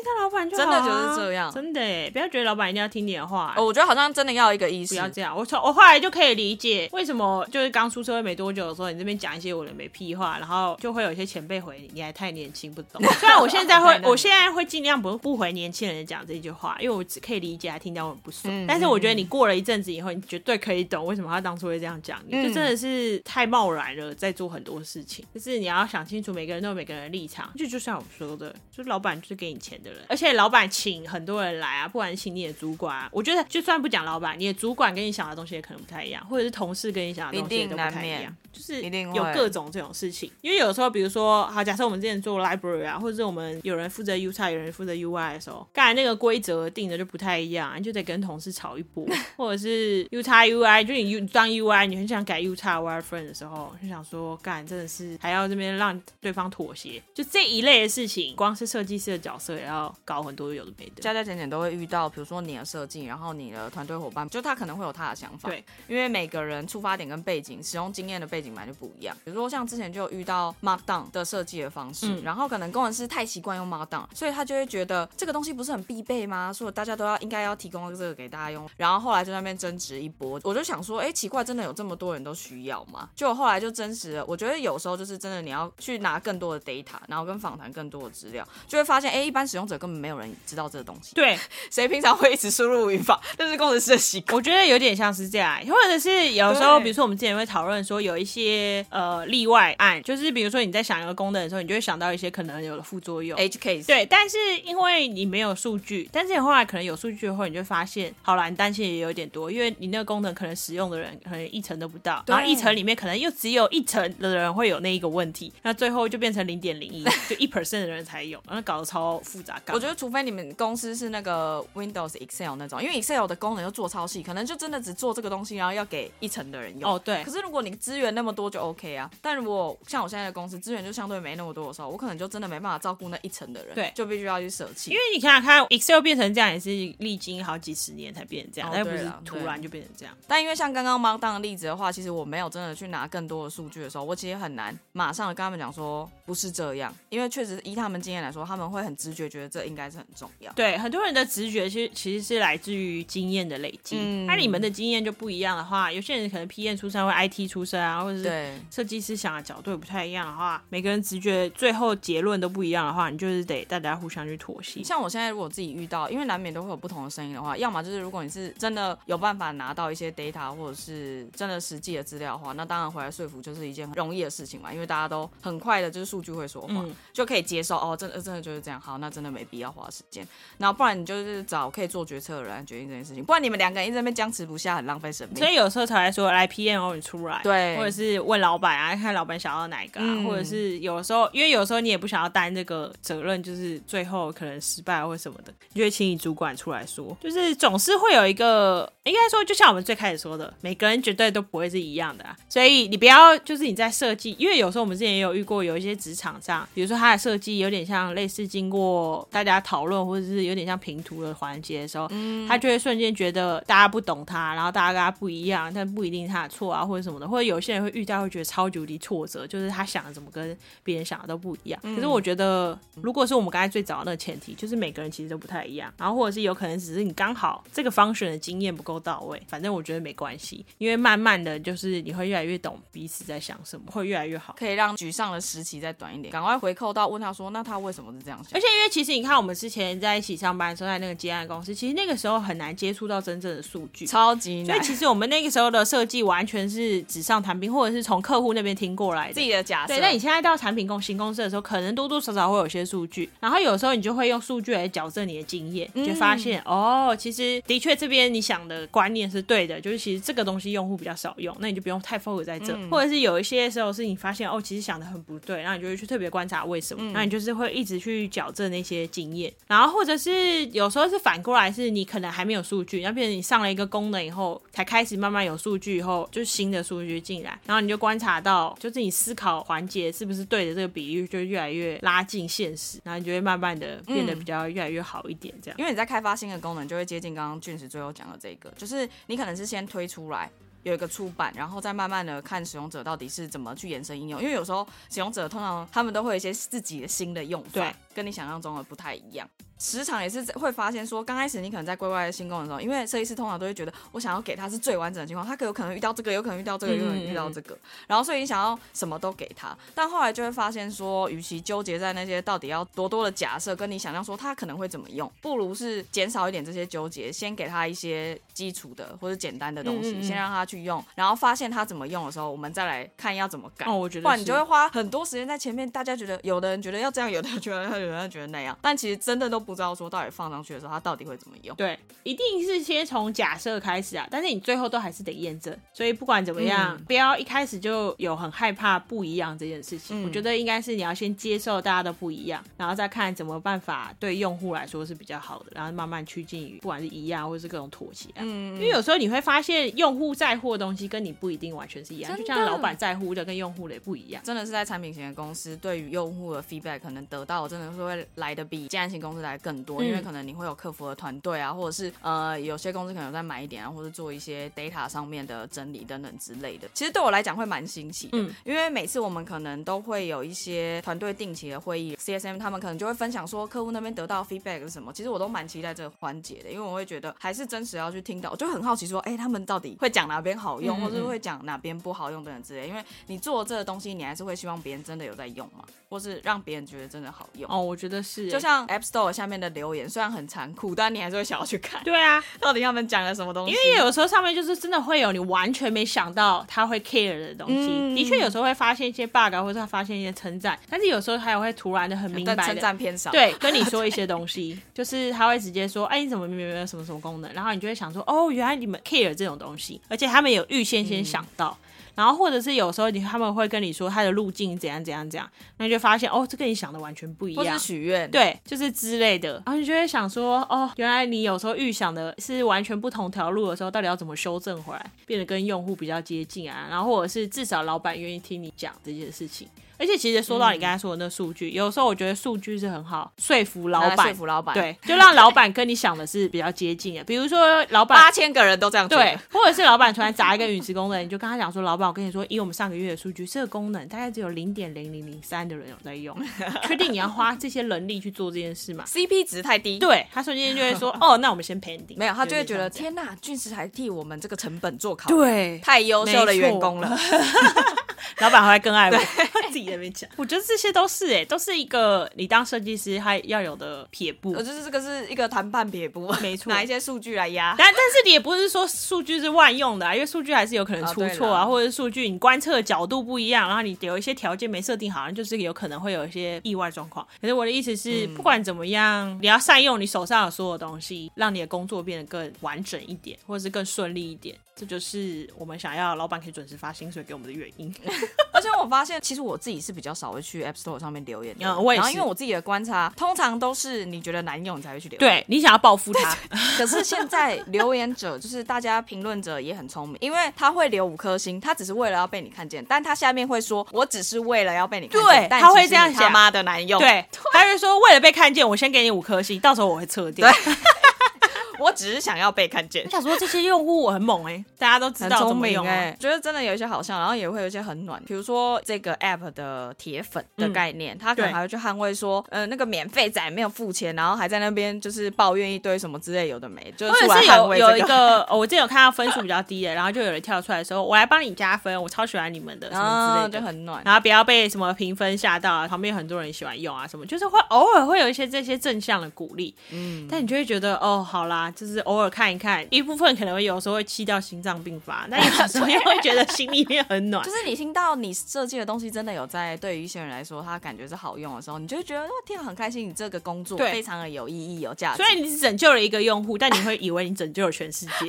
Speaker 2: 当老板就好啊、
Speaker 1: 真的就是这样
Speaker 2: 真的耶，不要觉得老板一定要听你的话耶。
Speaker 1: 哦，我觉得好像真的要一个意
Speaker 2: 不
Speaker 1: 识，
Speaker 2: 要这样，我从我后来就可以理解为什么就是刚出社会没多久的时候，你这边讲一些我的没屁话，然后就会有一些前辈回你，你还太年轻不
Speaker 1: [laughs]
Speaker 2: 懂。虽然我现在
Speaker 1: 太
Speaker 2: 会
Speaker 1: 嫩，了
Speaker 2: 我现在会尽量不不回年轻人讲这句话，因为我只可以理解他听到我很不爽。
Speaker 1: 嗯
Speaker 2: 但是我觉得你过了一阵子以后，你绝对可以懂为什么他当初会这样讲你，
Speaker 1: 嗯
Speaker 2: 就真的是太贸然了，在做很多事情。就是你要想清楚，每个人都有每个人的立场。就就像我说的，就是老板就是给你钱的人，而且老板请很多人来啊，不管请你的主管、啊，我觉得就算不讲老板，你的主管跟你想的东西也可能不太一样，或者是同事跟你想的东西也都不太
Speaker 1: 一定
Speaker 2: 一
Speaker 1: 难
Speaker 2: 样
Speaker 1: 免。
Speaker 2: 就是
Speaker 1: 一定会
Speaker 2: 有各种这种事情，因为有时候，比如说，好，假设我们之前做 library 啊，或者是我们有人负责 U 叉，有人负责 UI 的时候，刚才那个规则定的就不太一样，你就得跟同事吵一波，或者是 U 叉 UI，就你 U 当 UI，你很想改 U 叉 wireframe 的时候，就想说，干真的是还要这边让对方妥协，就这一类的事情，光是设计师的角色也要搞很多有的没的。
Speaker 1: 加加减减都会遇到，比如说你的设计，然后你的团队伙伴，就他可能会有他的想法，
Speaker 2: 对，
Speaker 1: 因为每个人出发点跟背景、使用经验的背景本来就不一样。比如说像之前就有遇到 Markdown 的设计的方式，
Speaker 2: 嗯
Speaker 1: 然后可能工程师太习惯用 Markdown，所以他就会觉得这个东西不是很必备吗？所以大家都要应该要提供这个给大家用。然后后来就在那边争执一波，我就想说，哎，奇怪，真的有这么多人都需要吗？就后来就真实了。我觉得有时候就是真的你要去拿更多的 data，然后跟访谈更多的资料，就会发现，哎，一般使用者根本没有人知道这个东西。
Speaker 2: 对，
Speaker 1: 谁平常会一直输入语法？ [laughs] 这是工程师的习惯。
Speaker 2: 我觉得有点像是这样，或者是有时候，
Speaker 1: 对
Speaker 2: 比如说我们之前会讨论说有一些呃例外案，就是比如说你在想一个功能的时候，你就会想到一些可能有的副作用。
Speaker 1: H case
Speaker 2: 对，但是因为你没有数据，但是你后来可能有数据后，你就发现，好啦，你担心也有点多，因为你那个功能可能使用的人可能一层都不到，
Speaker 1: 对
Speaker 2: 然后一层里面可能又只有一层的人会有那一个问题，那最后就变成零点
Speaker 1: [laughs]
Speaker 2: 零一，就一 percent 的人才有，然后搞得超复杂。干嘛
Speaker 1: 我觉得，除非你们公司是那个 Windows Excel 那种，因为 Excel 的功能又做超细，可能就真的只做这个东西，然后要给一层的人用。
Speaker 2: 哦，对
Speaker 1: 可，是如果你资源那么多就 OK 啊，但如果像我现在的公司资源就相对没那么多的时候，我可能就真的没办法照顾那一层的人，
Speaker 2: 对
Speaker 1: 就必须要去舍弃。
Speaker 2: 因为你想想看，Excel 啊变成这样也是历经好几十年才变成这样，
Speaker 1: 哦
Speaker 2: 但又不
Speaker 1: 对
Speaker 2: 是
Speaker 1: 啦
Speaker 2: 突然就变成这样。
Speaker 1: 但因为像刚刚 Markdown 的例子的话，其实我没有真的去拿更多的数据的时候，我其实很难马上跟他们讲说不是这样，因为确实依他们经验来说，他们会很直觉觉得这应该是很重要。
Speaker 2: 对，很多人的直觉其实其实是来自于经验的累积。
Speaker 1: 嗯
Speaker 2: 那、你们的经验就不一样的话，有些人可能 P N 出身或 I T 出身啊，或者是
Speaker 1: 对，
Speaker 2: 设计师想的角度也不太一样的话，每个人直觉最后结论都不一样的话，你就是得大家互相去妥协。
Speaker 1: 像我现在如果自己遇到，因为难免都会有不同的声音的话，要么就是如果你是真的有办法拿到一些 data 或者是真的实际的资料的话，那当然回来说服就是一件很容易的事情嘛，因为大家都很快的，就是数据会说话，
Speaker 2: 嗯
Speaker 1: 就可以接受哦，真的真的就是这样，好，那真的没必要花时间。然后不然你就是找可以做决策的人来决定这件事情，不然你们两个人一直在那边僵持不下，很浪费生命
Speaker 2: 所。以有时候才会说来 PM 哦，你出来，
Speaker 1: 对
Speaker 2: 或者是问老板啊，看老板想要哪一个啊，
Speaker 1: 嗯
Speaker 2: 或者是有时候因为有时候你也不想要担这个责任，就是最后可能失败或什么的，你就会请你主管出来说，就是总是会有一个，应该说就像我们最开始说的，每个人绝对都不会是一样的、啊，所以你不要就是你在设计，因为有时候我们之前也有遇过有一些职场上，比如说他的设计有点像类似经过大家讨论或者是有点像评图的环节的时候，他就会瞬间觉得大家不懂他，然后大家跟他不一样，但不一定他的错啊，或者什么的，或者有些人会遇到会觉得超级无敌挫折，就是他想的怎么跟别人想的都不一样。嗯可是我觉得，如果是我们刚才最早的那个前提，就是每个人其实都不太一样，然后或者是有可能只是你刚好这个 function 的经验不够到位，反正我觉得没关系，因为慢慢的就是你会越来越懂彼此在想什么，会越来越 [laughs] 好。
Speaker 1: 可以让沮丧的时期再短一点，赶快回扣到问他说，那他为什么是这样想
Speaker 2: 而？且因为其实你看，我们之前在一起上班的时候，在那个接案公司，其实那个时候很难接触到真正的数据，
Speaker 1: 超级
Speaker 2: 所
Speaker 1: 难
Speaker 2: 以，其实我们那个时候的设计完全是纸上谈兵，或者是从客户那边听过来的
Speaker 1: 自。己的假设。
Speaker 2: 对，那你现在到产品公新公司的时候，可能多多少少会有些数据，然后有时候你就会用数据来矫正你的经验，就
Speaker 1: 嗯
Speaker 2: 发现、哦，其实的确这边你想的观念是对的，就是其实这个东西用户比较少用，那你就不用太 focus 在这，或者是有一些时候是你发现哦，其实想的很不对，然后你就会去特别观察为什么，那、你就是会一直去矫正那些经验，然后或者是有时候是反过来是你可能还没有数据，然后变成你上了一个功能以后，才开始慢慢有数据以后，就是新的数据进来，然后你就观察到，就是你思考环节是不是对的这个比例就越来越拉近现实，然后你就会慢慢的变得比较越来越好一点这样。
Speaker 1: 因为你在开发新的功能，就会接近刚刚俊石最后讲的这个，就是你可能是先推出来。有一个出版，然后再慢慢的看使用者到底是怎么去延伸应用，因为有时候使用者通常他们都会有一些自己的新的用法
Speaker 2: 对，
Speaker 1: 跟你想象中的不太一样。时常也是会发现说，刚开始你可能在规划一个新功能的时候，因为设计师通常都会觉得我想要给他是最完整的情况，他可有可能遇到这个，有可能遇到这个，有可能遇到这个，然后所以你想要什么都给他，但后来就会发现说，与其纠结在那些到底要多多的假设，跟你想象说他可能会怎么用，不如是减少一点这些纠结，先给他一些基础的或者简单的东西，
Speaker 2: 嗯嗯嗯
Speaker 1: 先让他去用，然后发现他怎么用的时候，我们再来看要怎么改。
Speaker 2: 哦，我觉得
Speaker 1: 不然你
Speaker 2: 是
Speaker 1: 就会花很多时间在前面。大家觉得有的人觉得要这样，有的人觉得有的人觉得那样，但其实真的都不知道说到底放上去的时候，它到底会怎么用。
Speaker 2: 对，一定是先从假设开始啊，但是你最后都还是得验证。所以不管怎么样，
Speaker 1: 嗯
Speaker 2: 不要一开始就有很害怕不一样这件事
Speaker 1: 嗯
Speaker 2: 情。我觉得应该是你要先接受大家都不一样，然后再看怎么办法对用户来说是比较好的，然后慢慢趋近于不管是一样或是各种妥协、啊。
Speaker 1: 嗯
Speaker 2: 因为有时候你会发现，用户在乎的东西跟你不一定完全是一样，
Speaker 1: 真的
Speaker 2: 就像老板在乎的跟用户的也不一样。
Speaker 1: 真的是在产品型的公司，对于用户的 feedback 可能得到真的是会来的比建安型公司来得更多，
Speaker 2: 嗯
Speaker 1: 因为可能你会有客服的团队啊，或者是呃有些公司可能有在买一点啊，或者做一些 data 上面的整理等等之类的。其实对我来讲会蛮新奇的，
Speaker 2: 嗯
Speaker 1: 因为每次我们可能都会有一些团队定期的会议，CSM 他们可能就会分享说客户那边得到的 feedback 是什么。其实我都蛮期待这个环节的，因为我会觉得还是真实要去听到，我就很好奇说，哎、他们到底会讲哪边好用，
Speaker 2: 嗯嗯
Speaker 1: 或是
Speaker 2: 嗯
Speaker 1: 会讲哪边不好用等等之类。因为你做这个东西，你还是会希望别人真的有在用嘛，或是让别人觉得真的好用。
Speaker 2: 哦，我觉得是欸，
Speaker 1: 就像 App Store 下面的留言，虽然很残酷，但你还是会想要去看，
Speaker 2: 对啊，
Speaker 1: [laughs] 到底他们讲了什么东西。
Speaker 2: 因为有时候上面就是真的会有你完全没想到他会 care 的东西，
Speaker 1: 嗯
Speaker 2: 的确有时候会发现一些 bug，啊或者他发现一些称赞，但是有时候他也会突然的很明白
Speaker 1: 但
Speaker 2: 的
Speaker 1: 称赞偏少，，
Speaker 2: 对，跟你说一些东西， [laughs] 就是他会直接说，哎，你怎么明明没有什么什么功能？然后你就会想说，哦，原来你们 care 这种东西，而且他们有预先先想
Speaker 1: 嗯
Speaker 2: 到。然后或者是有时候你他们会跟你说他的路径怎样怎样怎样，那你就发现哦，这跟你想的完全不一
Speaker 1: 或
Speaker 2: 样
Speaker 1: 是。许愿，
Speaker 2: 对，就是之类的，然后你就会想说，哦，原来你有时候预想的是完全不同条路的时候，到底要怎么修正回来，变得跟用户比较接近啊？然后或者是至少老板愿意听你讲这件事情。而且其实说到
Speaker 1: 嗯
Speaker 2: 你刚才说的那数据，有时候我觉得数据是很好说服老
Speaker 1: 拿来
Speaker 2: 板，
Speaker 1: 呃啊说服老板，，
Speaker 2: 对，就让老板跟你想的是比较接近的。比如说老板
Speaker 1: 八千个人都这样觉
Speaker 2: 对
Speaker 1: 得，，
Speaker 2: 或者是老板突然砸一个陨石功能，你就跟他讲说，老板，我跟你说，以我们上个月的数据，这个功能大概只有零点零零零三的人有在 [laughs] 用，确定你要花这些人力去做这件事吗？
Speaker 1: ，CP 值太低。
Speaker 2: 对他瞬间就会 [laughs] 说，哦，那我们先 pending。
Speaker 1: 没有，他就会觉得
Speaker 2: 有点
Speaker 1: 天呐，俊石还替我们这个成本做考
Speaker 2: 这样
Speaker 1: 量，
Speaker 2: 对，
Speaker 1: 太优秀的员工了。 [laughs]
Speaker 2: 老板还会更爱我， [laughs] 自己在那边讲。我觉得这些都是哎、都是一个你当设计师还要有的撇步
Speaker 1: 我。就是这个是一个谈判撇步，
Speaker 2: 没错
Speaker 1: 拿一些数据来压。
Speaker 2: 但但是你也不是说数据是万用的、啊，因为数据还是有可能
Speaker 1: 啊
Speaker 2: 出
Speaker 1: 对
Speaker 2: 错啊，
Speaker 1: 啦
Speaker 2: 或者是数据你观测的角度不一样，然后你有一些条件没设定好，就是有可能会有一些意外状况。可是我的意思是，
Speaker 1: 嗯
Speaker 2: 不管怎么样，你要善用你手上的所有东西，让你的工作变得更完整一点，或者是更顺利一点。这就是我们想要老板可以准时发薪水给我们的原
Speaker 1: [laughs]
Speaker 2: 因。
Speaker 1: 而且我发现，其实我自己是比较少会去 App Store 上面留言的。
Speaker 2: 嗯我也是
Speaker 1: 然后因为我自己的观察，通常都是你觉得难用你才会去留
Speaker 2: [laughs]
Speaker 1: 言。
Speaker 2: 对你想要报
Speaker 1: [laughs]
Speaker 2: 复他，
Speaker 1: 可是现在留言者就是大家评论者也很聪明，因为他会留五颗星，他只是为了要被你看见，但他下面会说：“我只是为了要被你看见。”
Speaker 2: 对
Speaker 1: 但
Speaker 2: 他会
Speaker 1: 其实
Speaker 2: 这样
Speaker 1: 你他
Speaker 2: 想
Speaker 1: 妈的难用。，
Speaker 2: 对，他就说为了被看见，我先给你五颗星，到时候我会撤掉。
Speaker 1: 我只是想要被看见
Speaker 2: 我。想说这些用户我很猛哎、大家都知
Speaker 1: 很
Speaker 2: 道怎
Speaker 1: 聪
Speaker 2: 么
Speaker 1: 明
Speaker 2: 用、啊
Speaker 1: 哎、。觉得真的有一些好像，然后也会有一些很暖，比如说这个 app 的铁粉的概念，他可能
Speaker 2: 对
Speaker 1: 还会去捍卫说，呃，那个免费仔没有付钱，然后还在那边就是抱怨一堆什么之类有的没，就是
Speaker 2: 或
Speaker 1: 出
Speaker 2: 者
Speaker 1: 来
Speaker 2: 是
Speaker 1: 捍
Speaker 2: 有
Speaker 1: 卫
Speaker 2: 有
Speaker 1: 这
Speaker 2: 一个、哦，我之前有看到分数比较低的，然后就有人跳出来说：“我来帮你加分，我超喜欢你们的什么
Speaker 1: 啊，
Speaker 2: 之类
Speaker 1: 就
Speaker 2: 的。
Speaker 1: 很暖。
Speaker 2: 然后不要被什么评分吓到啊，旁边很多人喜欢用啊，什么就是会偶尔会有一些这些正向的鼓励，嗯，但你就会觉得哦，好啦，就是偶尔看一看，一部分可能会有时候会气到心脏病发，但有时候又会觉得心里面很暖
Speaker 1: [laughs] 就，是你听到你设计的东西真的有在对于一些人来说，他感觉是好用的时候，你就会觉得哇天啊，很开心，你这个工作
Speaker 2: 对
Speaker 1: 非常的有意义、有价值
Speaker 2: 虽。然你只拯救了一个用户，但你会以为你拯救了全
Speaker 1: [laughs]
Speaker 2: 世界， [laughs]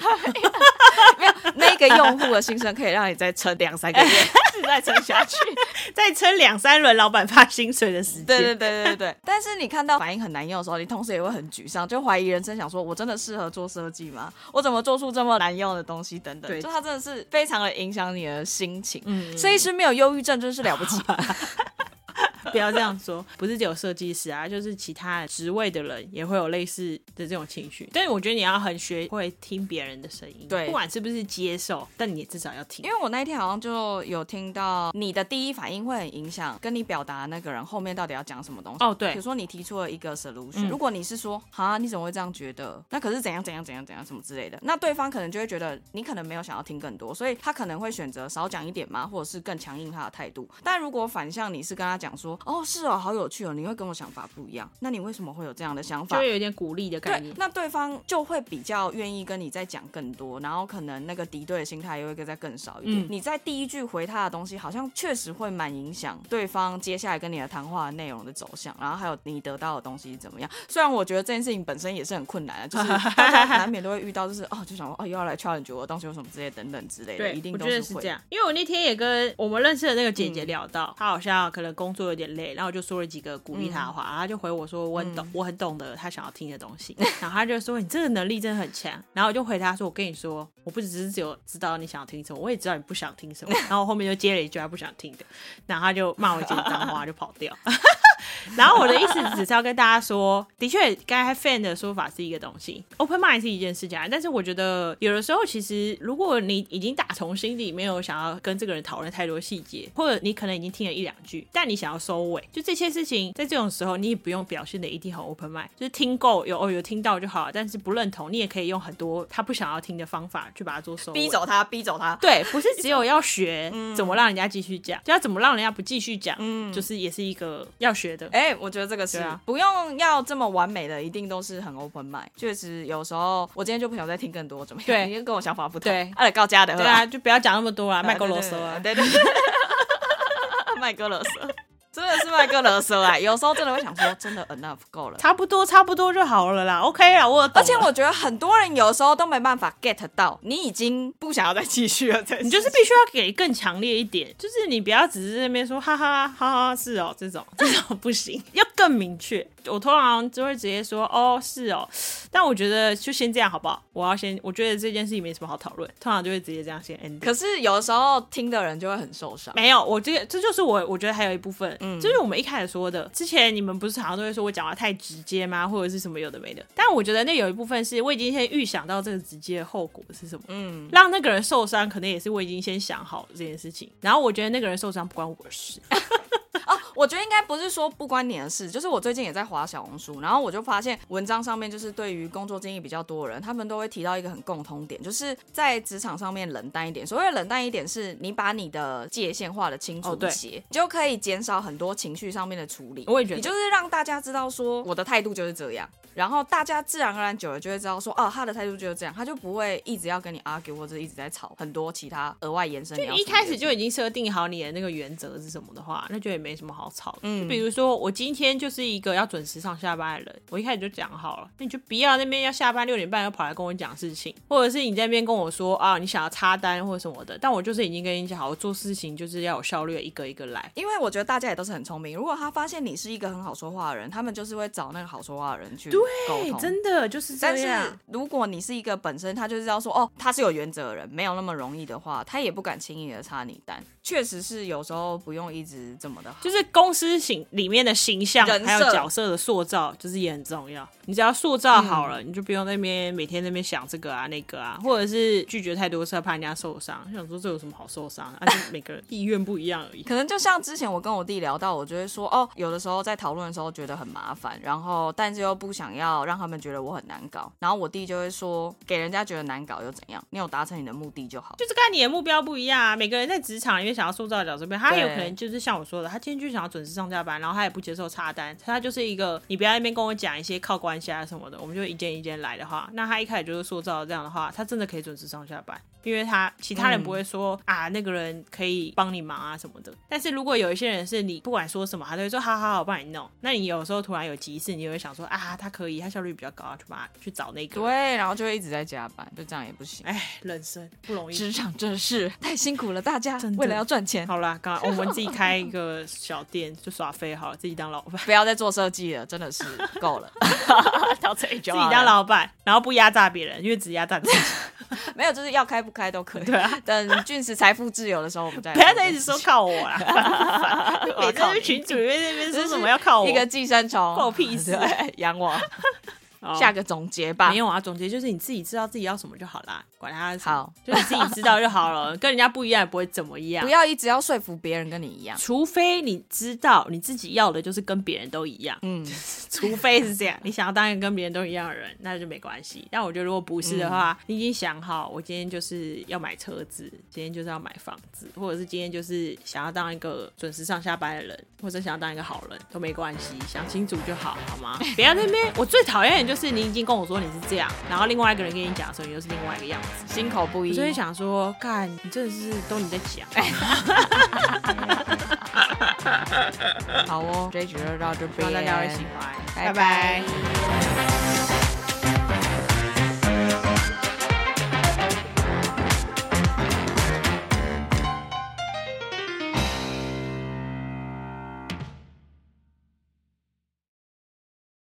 Speaker 1: 那个用户的心声可以让你再撑两三个月，
Speaker 2: 是在撑下
Speaker 1: [laughs]
Speaker 2: 去，再撑两三轮老板发薪水的时
Speaker 1: [laughs]
Speaker 2: 间，
Speaker 1: 对对对对对。但是你看到反应很难用的时候，你同时也会很沮丧，就怀疑人生，想说我真的适合做设计吗？我怎么做出这么难用的东西？等等，
Speaker 2: 对
Speaker 1: 就它真的是非常的影响你的心情。
Speaker 2: 嗯
Speaker 1: 设计师没有忧郁症真是了不 [laughs] 起，
Speaker 2: 不要这样说，不是只有设计师啊，就是其他职位的人也会有类似的这种情绪。但是我觉得你要很学会听别人的声音，
Speaker 1: 对
Speaker 2: 不管是不是接受，但你也至少要听
Speaker 1: 因。为我那一天好像就有听到你的第一反应会很影响跟你表达那个人后面到底要讲什么东西。
Speaker 2: 哦，
Speaker 1: 比
Speaker 2: 对
Speaker 1: 如，说你提出了一个 solution，、
Speaker 2: 嗯
Speaker 1: 如果你是说啊你怎么会这样觉得？那可是怎样怎样怎样怎样什么之类的，那对方可能就会觉得你可能没有想要听更多，所以他可能会选择少讲一点嘛，或者是更强硬他的态度。但如果反向你是跟他讲说哦是哦好有趣哦，你会跟我想法不一样，那你为什么会有这样的想
Speaker 2: 就
Speaker 1: 法？
Speaker 2: 会有点鼓励的概
Speaker 1: 对
Speaker 2: 念，。
Speaker 1: 那对方就会比较愿意跟你再讲更多，然后可能那个敌对的心态也会再更少一点。
Speaker 2: 嗯
Speaker 1: 你在第一句回他的东西，好像确实会蛮影响对方接下来跟你的谈话的内容的走向，然后还有你得到的东西是怎么样。虽然我觉得这件事情本身也是很困难的，就是
Speaker 2: [laughs]
Speaker 1: 大家难免都会遇到，就是哦，就想说哦，又要来 challenge 我的东西有什么之类等等之类的，嗯一定
Speaker 2: 我
Speaker 1: 都
Speaker 2: 觉得是
Speaker 1: 会
Speaker 2: 这。样，因为我那天也跟我们认识的那个姐姐聊到，她好像可能工作有点累，然后我就说了几个鼓励她的
Speaker 1: 嗯
Speaker 2: 话，然后她就回我说我很懂，我很懂得她想要听的东西，然后她就说你这个能力真的很强，然后我就回她说我跟你说，我不只是只有知道你想要听什么，我也知道你不想听什么，然后我后面就接了一句她不想听的，然后她就骂我几句脏话就跑掉。然后我的意思只是要跟大家说，的确，刚才 fan 的说法是一个东西，open mind 是一件事情啊。但是我觉得有的时候，其实如果你已经打从心里没有想要跟这个人讨论太多细节，或者你可能已经听了一两句，但你想要收尾，就这些事情，在这种时候你也不用表现的一定很 open mind，就是听够有哦有听到就好了。但是不认同，你也可以用很多他不想要听的方法去把它做收尾
Speaker 1: 逼。走嗯他，逼走他。
Speaker 2: 对，不是只有要学怎么让人家继续讲，就要怎么让人家不继续讲，
Speaker 1: 嗯
Speaker 2: 就是也是一个要学的。
Speaker 1: 哎、我觉得这个是、
Speaker 2: 对啊
Speaker 1: 不用要这么完美的，一定都是很 open mind。确实，有时候我今天就不想再听更多，怎么样？
Speaker 2: 对
Speaker 1: 因为跟我想法不同。 [laughs]
Speaker 2: 对
Speaker 1: 哎、告家的，
Speaker 2: 对啊，就不要讲那么多啦，
Speaker 1: 对啊，
Speaker 2: 卖够啰嗦啊。
Speaker 1: 对对对， [laughs] 对麦哥勒瑟，真的是麦哥勒瑟哎！有时候真的会想说，真的 enough 够了。
Speaker 2: 差不多，差不多就好了啦，OK 啦，我有懂
Speaker 1: [laughs] 而
Speaker 2: 了
Speaker 1: 且我觉得很多人有时候都没办法 get 到，你已经不想要再继续了。
Speaker 2: 你
Speaker 1: 你
Speaker 2: 就是必须要给更强烈一点，就是你不要只是在那边说哈哈哈哈是哦，这种这种不行，要更明确。我通常就会直接说哦是哦，但我觉得就先这样好不好？我要先，我觉得这件事情没什么好讨论，通常就会直接这样先 end 掉。
Speaker 1: 可是有时候听的人就会很受伤。
Speaker 2: 没有，我这个这就是我，我觉得还有一部分，就是我们一开始说的，之前你们不是常常都会说我讲话太直接吗，或者是什么有的没的，但我觉得那有一部分是我已经先预想到这个直接的后果是什么，嗯，让那个人受伤，可能也是我已经先想好这件事情，然后我觉得那个人受伤不关我的事，
Speaker 1: 哦，我觉得应该不是说不关你的事，就是我最近也在划小红书，然后我就发现文章上面就是对于工作经历比较多的人，他们都会提到一个很共通点，就是在职场上面冷淡一点。所谓冷淡一点，是你把你的界限画的清楚
Speaker 2: 哦对
Speaker 1: 一些，你就可以减少很多情绪上面的处理。
Speaker 2: 我也觉得
Speaker 1: 你就是让大家知道说我的态度就是这样。然后大家自然而然久了就会知道说，哦，他的态度就是这样，他就不会一直要跟你 argue 或者一直在吵很多其他额外延伸你要处
Speaker 2: 一
Speaker 1: 理
Speaker 2: 开
Speaker 1: 的
Speaker 2: 始
Speaker 1: 事
Speaker 2: 就已经设定好你的那个原则是什么的话，那就也没什么好吵的。
Speaker 1: 嗯
Speaker 2: 就比如说我今天就是一个要准时上下班的人，我一开始就讲好了，那你就不要那边要下班六点半要跑来跟我讲事情，或者是你在那边跟我说啊你想要插单或者什么的，但我就是已经跟你讲好，我做事情就是要有效率，一个一个来。
Speaker 1: 因为我觉得大家也都是很聪明，如果他发现你是一个很好说话的人，他们就是会找那个好说话的人去沟
Speaker 2: 哎
Speaker 1: 通。
Speaker 2: 真的就是这
Speaker 1: 但是
Speaker 2: 样。
Speaker 1: 如果你是一个本身他就知道说哦他是有原则的人，没有那么容易的话，他也不敢轻易的插你单。确实是有时候不用一直这么的好。
Speaker 2: 就是公司形里面的形象，
Speaker 1: 人设
Speaker 2: 还有角色的塑造，就是也很重要。你只要塑造好了，你就不用那边每天那边想这个啊那个啊，或者是拒绝太多次怕人家受伤。想说这有什么好受伤啊？就每个人 [laughs] 意愿不一样而已。
Speaker 1: 可能就像之前我跟我弟聊到，我就会说哦，有的时候在讨论的时候觉得很麻烦，然后但是又不想要让他们觉得我很难搞，然后我弟就会说，给人家觉得难搞又怎样？你有达成你的目的就好。
Speaker 2: 就是跟你的目标不一样啊，每个人在职场里面想要塑造的角色不一样，他
Speaker 1: 对
Speaker 2: 有可能就是像我说的，他今天就想要准时上下班，然后他也不接受差单，他就是一个你不要在那边跟我讲一些靠关系啊什么的，我们就一件一件来的话，那他一开始就是塑造这样的话，他真的可以准时上下班，因为他其他人不
Speaker 1: 嗯
Speaker 2: 会说、啊那个人可以帮你忙啊什么的，但是如果有一些人是你不管说什么，他都会说好好好，我帮你弄，那你有时候突然有急事，你就会想说啊他可以，他效率比较高，去把他去找那个人，
Speaker 1: 对，然后就会一直在加班，就这样也不行。
Speaker 2: 哎，人生不容易。
Speaker 1: 职场真是太辛苦了，大家
Speaker 2: 真的
Speaker 1: 为了要赚钱，
Speaker 2: 好啦，刚我们自己开一个小店就耍飞好了，自己当老板，
Speaker 1: 不要再做设计了，真的是够了， [laughs] 到这里
Speaker 2: 自
Speaker 1: 就
Speaker 2: 己当老板，然后不压榨别人，因为只压榨自
Speaker 1: [laughs]
Speaker 2: 己。
Speaker 1: 没有，就是要开不开都可以。
Speaker 2: 对啊，
Speaker 1: 等俊石财富自由的时候，我们再
Speaker 2: 不要再一直说靠我啦，
Speaker 1: [laughs] 我
Speaker 2: 每
Speaker 1: 要
Speaker 2: 次在
Speaker 1: 靠你
Speaker 2: 群主里面那边
Speaker 1: 这
Speaker 2: 说
Speaker 1: 是
Speaker 2: 什么要靠我，
Speaker 1: 一个寄生虫，
Speaker 2: 关我屁事
Speaker 1: 对养我。
Speaker 2: 哦
Speaker 1: [laughs] 下个总结吧
Speaker 2: 没，有啊，总结就是你自己知道自己要什么就好啦，管他什么
Speaker 1: 好，
Speaker 2: 就你自己知道就好了，跟人家不一样也不会怎么样
Speaker 1: 不。要一直要说服别人跟你一样。
Speaker 2: 除非你知道你自己要的就是跟别人都一样，
Speaker 1: 嗯，
Speaker 2: [laughs] 除非是这样，你想要当一个跟别人都一样的人，那就没关系。但我觉得如果不是
Speaker 1: 嗯
Speaker 2: 的话，你已经想好，我今天就是要买车子，今天就是要买房子，或者是今天就是想要当一个准时上下班的人，或者想要当一个好人，都没关系，想清楚就好，好
Speaker 1: [laughs]
Speaker 2: 吗？不要在那边，我最讨厌的就是你已经跟我说你是这样，然后另外一个人跟你讲的时候，你又是另外一个样子。
Speaker 1: 心口不
Speaker 2: 我
Speaker 1: 一
Speaker 2: 就，会想说，干，你真的是都你在讲。
Speaker 1: 哎好哦，这一集就到这
Speaker 2: 希
Speaker 1: 边，
Speaker 2: 望大家会喜欢，
Speaker 1: 拜拜
Speaker 2: 拜拜